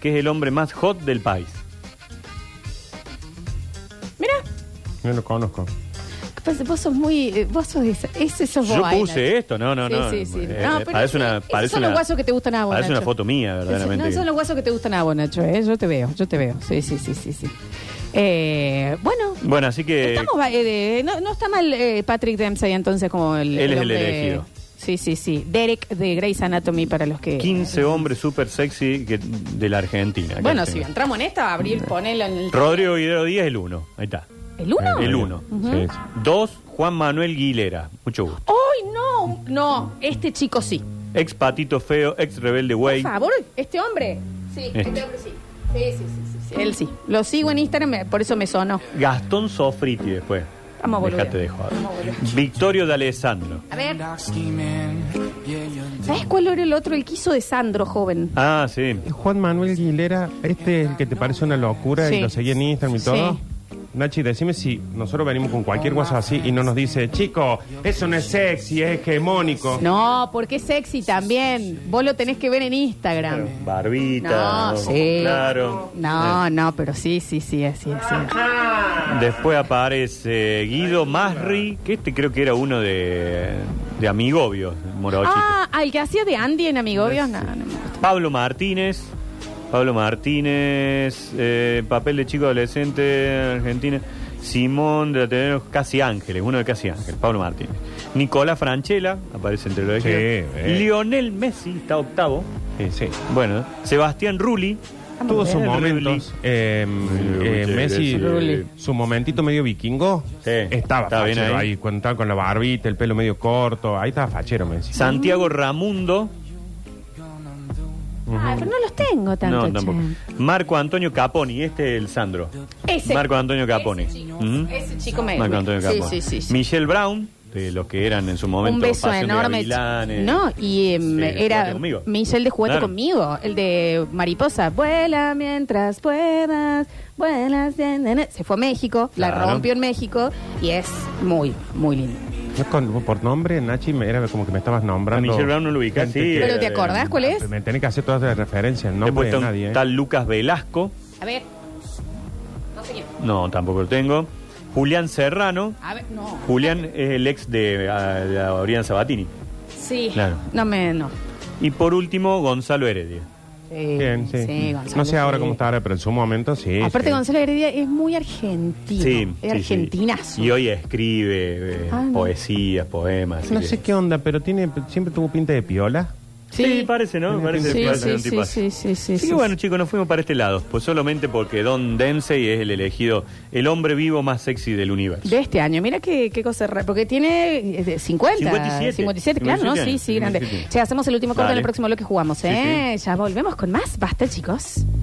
Speaker 2: que es el hombre más hot del país.
Speaker 1: Mira,
Speaker 4: No lo conozco.
Speaker 1: pues vos sos muy. eh, Vos sos esa. Ese sos
Speaker 2: Yo
Speaker 1: vos,
Speaker 2: puse
Speaker 1: Ayla.
Speaker 2: esto, no, no,
Speaker 1: Sí,
Speaker 2: no.
Speaker 1: sí, sí.
Speaker 2: eh,
Speaker 1: No,
Speaker 2: eh,
Speaker 1: pero
Speaker 2: parece
Speaker 1: eso-
Speaker 2: una,
Speaker 1: esos
Speaker 2: parece
Speaker 1: son los
Speaker 2: una-
Speaker 1: guasos que te gustan a vos,
Speaker 2: Parece una
Speaker 1: Nacho.
Speaker 2: foto mía, verdaderamente.
Speaker 1: No son los guasos que te gustan a vos, Nacho, ¿eh? Yo te veo, yo te veo. Sí, sí, sí, sí, sí. Eh, bueno.
Speaker 2: Bueno, así que
Speaker 1: Estamos, va- eh, de- no, no está mal eh, Patrick Dempsey entonces como el...
Speaker 2: Él es el
Speaker 1: hombre-
Speaker 2: elegido.
Speaker 1: Sí, sí, sí. Derek de Grey's Anatomy para los que...
Speaker 2: 15 hombres súper sexy que- de la Argentina. Acá
Speaker 1: Bueno,
Speaker 2: tengo.
Speaker 1: si entramos en esta, Abril, ponelo en el...
Speaker 2: Rodrigo Videro Díaz, el uno. Ahí está.
Speaker 1: ¿El uno?
Speaker 2: El uno.
Speaker 4: Sí,
Speaker 2: Dos, Juan Manuel Guilera. Mucho gusto.
Speaker 1: ¡Ay, no! No, este chico sí.
Speaker 2: Ex Patito Feo, ex Rebelde
Speaker 1: Por
Speaker 2: Way.
Speaker 1: favor, este hombre. Sí,
Speaker 2: Este. este
Speaker 1: hombre sí. Sí, sí, sí, sí, Él sí. Lo sigo en Instagram, me- por eso me sonó.
Speaker 2: Gastón Sofriti después.
Speaker 1: Vamos a volver.
Speaker 2: Dejate de joder.
Speaker 1: Vamos a volver.
Speaker 2: Victorio de Alessandro.
Speaker 1: A ver,
Speaker 3: Dark scheming, yeah, you're
Speaker 1: ¿sabes cuál era el otro? El quiso de Sandro, joven.
Speaker 2: Ah, sí.
Speaker 4: Juan Manuel Aguilera, este es el que te parece una locura
Speaker 1: Sí.
Speaker 4: y lo seguí en Instagram y
Speaker 1: Sí.
Speaker 4: todo. Nachi, decime si nosotros venimos con cualquier guaso así y no nos dice, chico, eso no es sexy, es hegemónico.
Speaker 1: No, porque es sexy también. Vos lo tenés que ver en Instagram.
Speaker 2: Barbita.
Speaker 1: No, sí.
Speaker 2: Claro.
Speaker 1: No, no, pero sí, Ah, sí, sí, así, así.
Speaker 2: Después aparece Guido Masri, que este creo que era uno de, de Amigobios, Morochito.
Speaker 1: Ah, ah, el que hacía de Andy en Amigobios, no, no.
Speaker 2: Pablo Martínez. Pablo Martínez, eh, papel de chico adolescente Argentina. Simón de Ateneros, Casi Ángeles, uno de Casi Ángeles, Pablo Martínez. Nicolás Franchella, aparece entre los
Speaker 4: Sí,
Speaker 2: elegidos.
Speaker 4: eh.
Speaker 2: Lionel Messi, está octavo.
Speaker 4: Sí, sí.
Speaker 2: Bueno, Sebastián Rulli.
Speaker 4: Tuvo sus
Speaker 2: Rulli.
Speaker 4: momentos. eh, eh,
Speaker 2: Rulli.
Speaker 4: Messi,
Speaker 2: Rulli.
Speaker 4: su momentito medio vikingo,
Speaker 2: Sí.
Speaker 4: estaba
Speaker 2: Estaba bien
Speaker 4: fachero
Speaker 2: ahí.
Speaker 4: ahí. Cuando estaba con la barbita, el pelo medio corto, ahí estaba fachero Messi.
Speaker 2: Santiago Ramundo.
Speaker 1: Ah, pero no los tengo tanto.
Speaker 2: No, tampoco.
Speaker 1: che.
Speaker 2: Marco Antonio Caponi, este es el Sandro.
Speaker 1: Ese.
Speaker 2: Marco Antonio Caponi.
Speaker 1: Ese chico,
Speaker 2: Ujú.
Speaker 1: ese chico me.
Speaker 2: Marco Antonio
Speaker 1: Sí, sí,
Speaker 2: Caponi.
Speaker 1: sí, sí.
Speaker 2: Michelle Brown, de los que eran en su momento
Speaker 1: Un beso
Speaker 2: Pasión de eh.
Speaker 1: enorme.
Speaker 2: Gavilanes.
Speaker 1: No, y em,
Speaker 2: Sí,
Speaker 1: era
Speaker 2: Jugate conmigo.
Speaker 1: Michelle de Juguete
Speaker 2: Claro.
Speaker 1: conmigo, el de Mariposa. Vuela mientras puedas, vuelas. na, na, na. Se fue a México, la
Speaker 2: Claro.
Speaker 1: rompió en México y es muy, muy lindo.
Speaker 4: Yo con- por nombre, Nachi, me- era como que me estabas
Speaker 2: A
Speaker 4: nombrando.
Speaker 2: Michelle Brown no lo ubicás,
Speaker 4: gente
Speaker 2: sí.
Speaker 4: que- Ah,
Speaker 1: ¿Pero te
Speaker 2: eh,
Speaker 1: acordás cuál es?
Speaker 4: Me tenés que hacer todas las referencias, el
Speaker 2: He
Speaker 4: nombre
Speaker 2: puesto un
Speaker 4: de nadie. ¿eh?
Speaker 2: tal Lucas Velasco.
Speaker 1: A ver. No sé quién.
Speaker 2: No, tampoco lo tengo. Julián Serrano.
Speaker 1: A ver, no.
Speaker 2: Julián es el ex de, ah, de Adrián Sabatini.
Speaker 1: Sí.
Speaker 2: Claro.
Speaker 1: No me. No.
Speaker 2: Y por último, Gonzalo Heredia.
Speaker 1: Sí,
Speaker 4: Bien, sí.
Speaker 1: Gonzalo,
Speaker 4: no sé ahora
Speaker 1: sí.
Speaker 4: cómo está Este. ahora, pero en su momento sí.
Speaker 1: Aparte,
Speaker 4: sí.
Speaker 1: Gonzalo Heredia es muy argentino. es argentinazo.
Speaker 2: Y hoy escribe eh,
Speaker 1: Ah, no.
Speaker 2: poesías, poemas. así
Speaker 4: No
Speaker 2: que-
Speaker 4: sé qué onda, pero tiene siempre tuvo pinta de piola.
Speaker 2: Sí, parece, ¿no? Parece
Speaker 1: sí,
Speaker 2: que parece
Speaker 1: sí,
Speaker 2: un
Speaker 1: sí,
Speaker 2: tipazo.
Speaker 1: sí, sí, sí,
Speaker 2: Así
Speaker 1: sí.
Speaker 2: que bueno, chicos, nos fuimos para este lado. Pues solamente porque Don Dempsey es el elegido, el hombre vivo más sexy del universo.
Speaker 1: De este año, mira qué, qué cosa rara, porque tiene eh, de 50, 57,
Speaker 2: 57,
Speaker 1: claro, ¿no? Sí,
Speaker 2: 57,
Speaker 1: sí, grande.
Speaker 2: 57.
Speaker 1: Che, hacemos el último corte en
Speaker 2: Dale.
Speaker 1: el próximo bloque jugamos,
Speaker 2: Sí,
Speaker 1: ¿eh? Ya volvemos con más, basta, chicos.